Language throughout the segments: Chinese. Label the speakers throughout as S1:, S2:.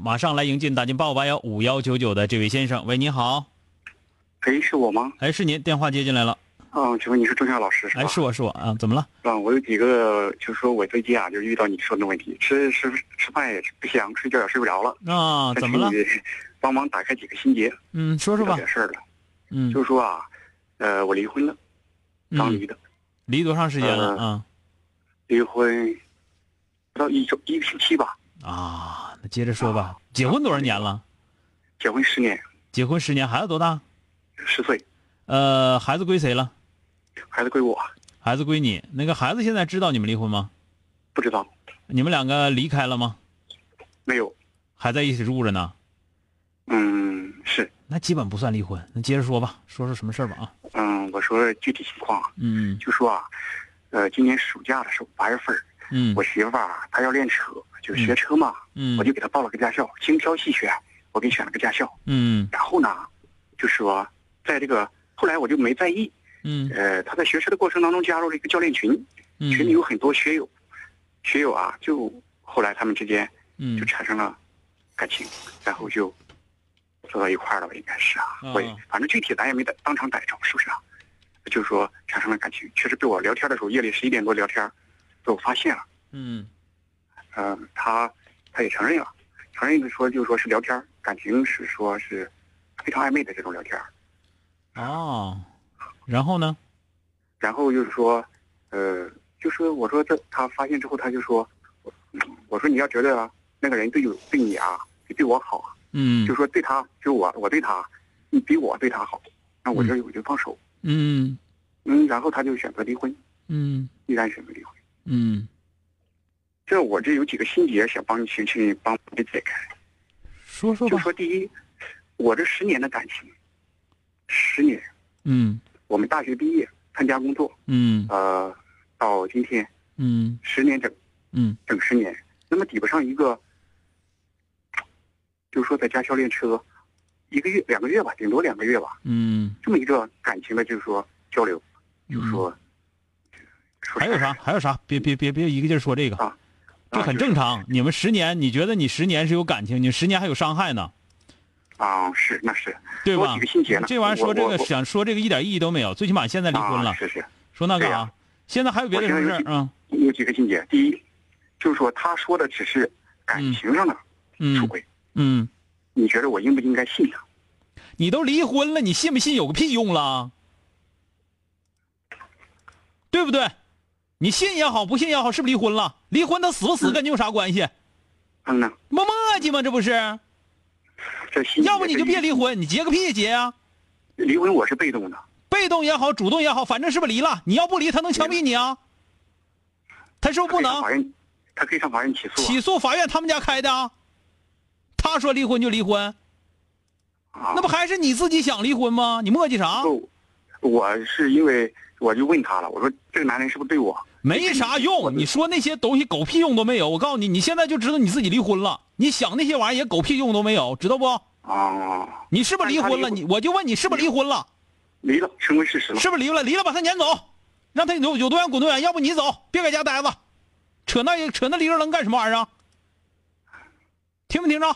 S1: 马上来迎进打进八五八幺五幺九九的这位先生，喂，你好，
S2: 哎，是我吗？
S1: 哎，是您，电话接进来了，
S2: 嗯，请问你是钟晓老师是吧？
S1: 哎，是我是我啊，怎么了？
S2: 嗯，我有几个，就是说我最近啊，就遇到你说的问题，吃吃吃饭也吃不香，睡觉也睡不着了。
S1: 啊，怎么了
S2: 但？嗯是你帮忙打开几个心结，
S1: 嗯，说
S2: 遇
S1: 说
S2: 到
S1: 吧，
S2: 点事儿了。
S1: 嗯
S2: 就是说啊，呃，我离婚了，刚嗯
S1: 嗯，
S2: 离的，
S1: 离多长时间了啊？
S2: 离婚不到一周一个星期吧，
S1: 啊，那接着说吧，结婚多少年了？
S2: 结婚十年，
S1: 结婚十年，孩子多大？
S2: 十岁，
S1: 呃，孩子归谁了？
S2: 孩子归我，
S1: 孩子归你。那个孩子现在知道你们离婚吗？
S2: 不知道
S1: 你们两个离开了吗？
S2: 没有？
S1: 还在一起住着呢？
S2: 嗯，是，
S1: 那基本不算离婚。那接着说吧，说说什么事儿吧啊？
S2: 嗯，我说具体情况啊，
S1: 嗯
S2: 就说啊，呃，今年暑假的时候，八月份儿，
S1: 嗯
S2: 我媳妇儿啊她要练车，就是学车嘛。
S1: 嗯
S2: 我就给他报了个驾校，精挑细选，我给选了个驾校。
S1: 嗯
S2: 然后呢，就说在这个后来我就没在意，
S1: 嗯
S2: 呃，他在学车的过程当中加入了一个教练群，群里
S1: 嗯
S2: 有很多学友，学友啊，就后来他们之间
S1: 嗯
S2: 就产生了感情，然后就走到一块儿了吧，应该是啊，
S1: 嗯
S2: 我也反正具体咱也没逮当场逮着，是不是啊？就是说产生了感情，确实被我聊天的时候，夜里十一点多聊天，被我发现了。
S1: 嗯
S2: 嗯，他他也承认了，承认的说就是说是聊天儿，感情是说是非常暧昧的这种聊天儿。
S1: 哦，然后呢？
S2: 然后就是说，呃，就是我说这他发现之后，他就说，我我说你要觉得那个人对有对你啊，比对我好啊，
S1: 嗯
S2: 就说对他就我我对他，你比我对他好，那我这我就放手。
S1: 嗯
S2: 嗯，然后他就选择离婚，
S1: 嗯
S2: 毅然选择离婚。
S1: 嗯，
S2: 这我这有几个心结想帮你请请你帮我给解开。
S1: 说说
S2: 就
S1: 吧。
S2: 说第一，我这十年的感情，十年。
S1: 嗯
S2: 我们大学毕业，参加工作，
S1: 嗯
S2: 呃，到今天
S1: 嗯
S2: 十年整
S1: 嗯
S2: 整十年，那么抵不上一个，就是说在驾校练车，一个月两个月吧，顶多两个月吧，
S1: 嗯，
S2: 这么一个感情的，就是说交流，就是说，
S1: 嗯
S2: 说
S1: 还有啥？还有啥？别别别别一个劲儿说这个。这
S2: 啊
S1: 很
S2: 就是
S1: 正常。你们十年，你觉得你十年是有感情，你十年还有伤害呢，
S2: 啊，是那是
S1: 对
S2: 多
S1: 吧
S2: 几个心结呢？
S1: 这玩意儿说这
S2: 我
S1: 个
S2: 我
S1: 想说这个一点意义都没有。最起码现在离
S2: 我啊
S1: 婚了，
S2: 是是，
S1: 说那干
S2: 对
S1: 啥、
S2: 呀
S1: 现在还有别的
S2: 我
S1: 什
S2: 现在
S1: 么事儿
S2: 有
S1: 啊？
S2: 几有几个心结。第一，就是说他说的只是感情上的出
S1: 嗯
S2: 轨，
S1: 嗯，
S2: 你觉得我应不应该信他？
S1: 你都离婚了，你信不信有个屁用了，对不对？你信也好，不信也好，是不是离婚了？离婚他死不死跟你有啥关系？
S2: 嗯呐，
S1: 磨磨叽吗？这不是？
S2: 这心结
S1: 要不你就别
S2: 这
S1: 离婚，你结个屁结啊！
S2: 离婚，我是被动的。
S1: 被动也好，主动也好，反正是不是离了？你要不离，他能枪毙你啊？他是不是不
S2: 他可以上
S1: 能
S2: 法院，他可以上法院起诉啊。
S1: 起诉法院？他们家开的啊？他说离婚就离婚，
S2: 啊
S1: 那不还是你自己想离婚吗？你磨叽啥？
S2: 不，我是因为我就问他了，我说这个男人是不是对我？
S1: 没啥用，你说那些东西狗屁用都没有。我告诉你，你现在就知道你自己离婚了，你想那些玩意儿也狗屁用都没有，知道不？
S2: 啊，
S1: 你是不是离婚了？
S2: 但是他离婚
S1: 你我就问你是不是离婚了？
S2: 离了，成为事实了。
S1: 是不是离了？离了把他撵走，让他有有多远滚多远，要不你走，别搁家待着，扯那扯那离了能干什么玩意儿啊？听没听着？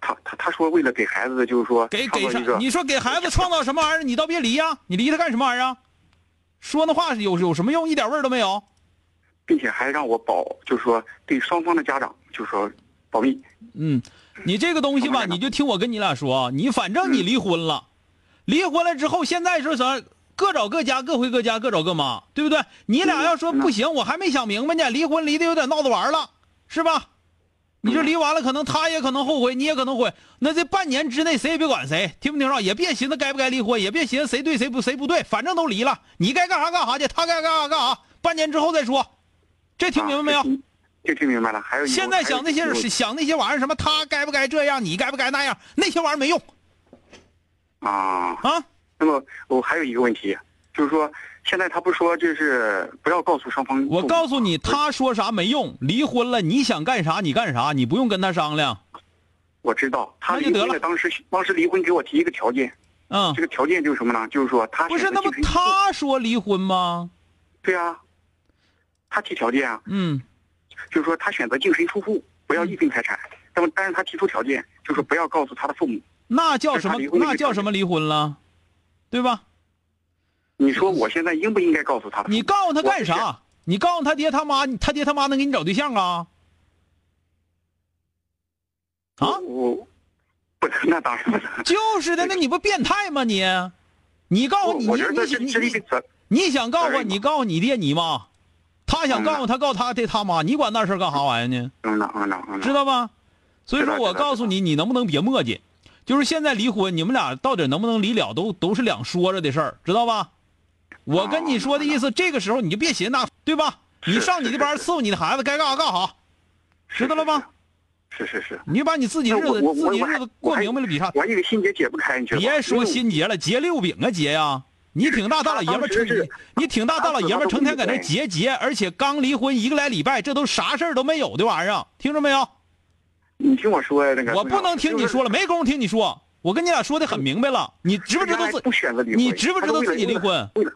S2: 他他他说为了给孩子，就是说
S1: 给
S2: 创
S1: 给
S2: 造
S1: 啥
S2: 一个？
S1: 你说给孩子创造什么玩意儿？你倒别离呀、你离他干什么玩意儿啊？说那话是有有什么用？一点味儿都没有。
S2: 并且还让我保，就是说对双方的家长，就是说保密。
S1: 嗯，你这个东西 吧，你就听我跟你俩说啊，你反正
S2: 嗯
S1: 你离婚了，离婚了之后，现在是啥？各找各家，各回各家，各找各妈，对不对？你俩要说
S2: 嗯
S1: 不行，我还没想明白呢，离婚离的有点闹着玩儿了，是吧？
S2: 嗯
S1: 你这离完了，可能他也可能后悔，你也可能后悔。那这半年之内，谁也别管谁，听没听着？也别寻思该不该离婚，也别寻思谁对谁不谁不对，反正都离了，你该干啥干啥去，他该干啥干啥，半年之后再说。这听明白没有？
S2: 啊？这听明白了。还有一个
S1: 现在想那些是想那些玩意儿，什么他该不该这样，你该不该那样，那些玩意儿没用
S2: 啊，
S1: 啊。
S2: 那么我还有一个问题，就是说现在他不说就是不要告诉双方父母，
S1: 我告诉你，他说啥没用，离婚了，你想干啥你干啥，你不用跟他商量。
S2: 我知道他
S1: 那就
S2: 离
S1: 得
S2: 婚
S1: 了
S2: 了，当时当时离婚给我提一个条件，
S1: 嗯
S2: 这，个条件就是什么呢？就是说他
S1: 不是，
S2: 选择
S1: 那不
S2: 精神病
S1: 他说离婚吗？
S2: 对啊，他提条件啊，
S1: 嗯，
S2: 就是说他选择净身出户，不要一分财产。那么，但是他提出条件，就是说不要告诉他的父母。
S1: 那叫什么
S2: 那他离？婚了
S1: 那叫什么离婚了？对吧？
S2: 你说我现在应不应该告诉他的父母？
S1: 你告诉他干
S2: 我是？
S1: 啥？你告诉他爹他妈，他爹他妈能给你找对象啊？啊，
S2: 我不能，那当然不能。
S1: 就是的，那你不变态吗你？你告诉
S2: 我
S1: 你
S2: 我觉得
S1: 你
S2: 这
S1: 你
S2: 这是一
S1: 你
S2: 个责，
S1: 你想告
S2: 责
S1: 诉
S2: 任
S1: 你告诉你爹你妈，他想告诉他告他爹他妈，你管那事儿干啥玩意儿呢？
S2: 嗯了嗯了嗯
S1: 知
S2: 了。
S1: 道吧？所以
S2: 知
S1: 说
S2: 道
S1: 我
S2: 知道
S1: 告诉你，你能不能别磨叽？就是现在离婚，你们俩到底能不能离了，都都是两说着的事儿，知道吧？我跟你说的意思，这个时候你就别寻那，对吧？你
S2: 是
S1: 上你
S2: 是
S1: 这班
S2: 是
S1: 伺候你的孩子，该干啥干啥，知道了吗？
S2: 是是是，
S1: 你把你自己日
S2: 那我
S1: 子
S2: 我
S1: 自己
S2: 我还
S1: 日子过明白了比啥？
S2: 我还以为心结解不开，你知道吗？
S1: 别说
S2: 因为
S1: 心结了，结六饼啊结呀、你挺大大老爷们儿，
S2: 当时
S1: 成
S2: 是
S1: 你挺大大老爷们儿，成天搁那结结，而且刚离婚一个来礼拜，这都啥事儿都没有的玩意儿，啊听着没有？
S2: 你听我说那个，
S1: 我不能听你说
S2: 了，
S1: 了，没工夫听你说。我跟你俩说的很明白了，你知不知道
S2: 原来
S1: 自
S2: 不选择离婚？
S1: 你知不知道自己离婚？
S2: 为了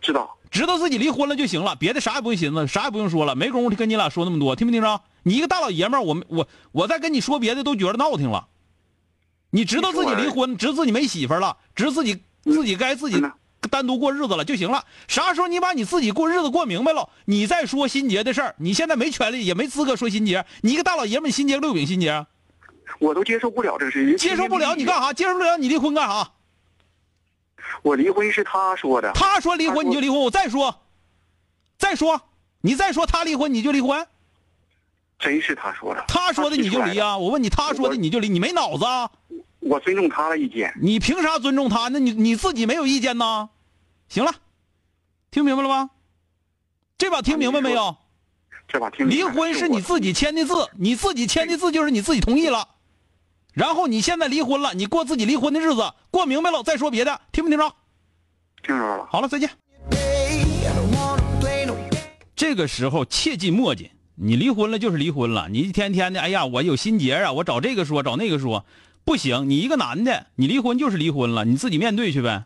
S2: 知道，
S1: 知道自己离婚了就行了，别的啥也不用寻思，啥也不用说了，没工夫跟你俩说那么多，听没听着？你一个大老爷们儿，我们我我再跟你说别的都觉得闹挺了。你知道自己离婚，知道自己没媳妇儿了，知道自己自己该自己
S2: 嗯呐
S1: 单独过日子了就行了。啥时候你把你自己过日子过明白了，你再说心结的事儿。你现在没权利，也没资格说心结。你一个大老爷们儿，心结六饼心结，
S2: 我都接受不了这个事情。
S1: 接受不了你干啥？接受不了你离婚干啥？
S2: 我离婚是他说的，
S1: 他说离
S2: 他说
S1: 婚你就离婚，我再说，再说，你再说他离婚你就离婚，
S2: 真是他说的。
S1: 他说的
S2: 提
S1: 你就
S2: 出来
S1: 离
S2: 的。
S1: 啊！我问你，他说的你就离，你没脑子啊？
S2: 我尊重他的意见。
S1: 你凭啥尊重他？那你你自己没有意见呐？行了，听明白了吧？这把听明白没有？
S2: 这把听
S1: 离
S2: 明白了
S1: 婚是你自己签的字，你自己签的字就是你自己同意了，然后你现在离婚了，你过自己离婚的日子，过明白了再说别的，听没听着？
S2: 听着了，
S1: 好了，再见。
S3: I don't wanna play no
S1: 这个时候切忌墨迹，你离婚了就是离婚了，你一天天的，哎呀，我有心结啊，我找这个说，找那个说，不行，你一个男的，你离婚就是离婚了，你自己面对去呗。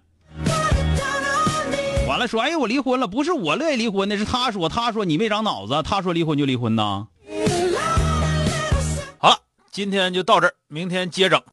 S1: 完了说，哎，我离婚了，不是我乐意离婚的，是他说，他说你没长脑子，他说离婚就离婚呐。好了，今天就到这儿，明天接整。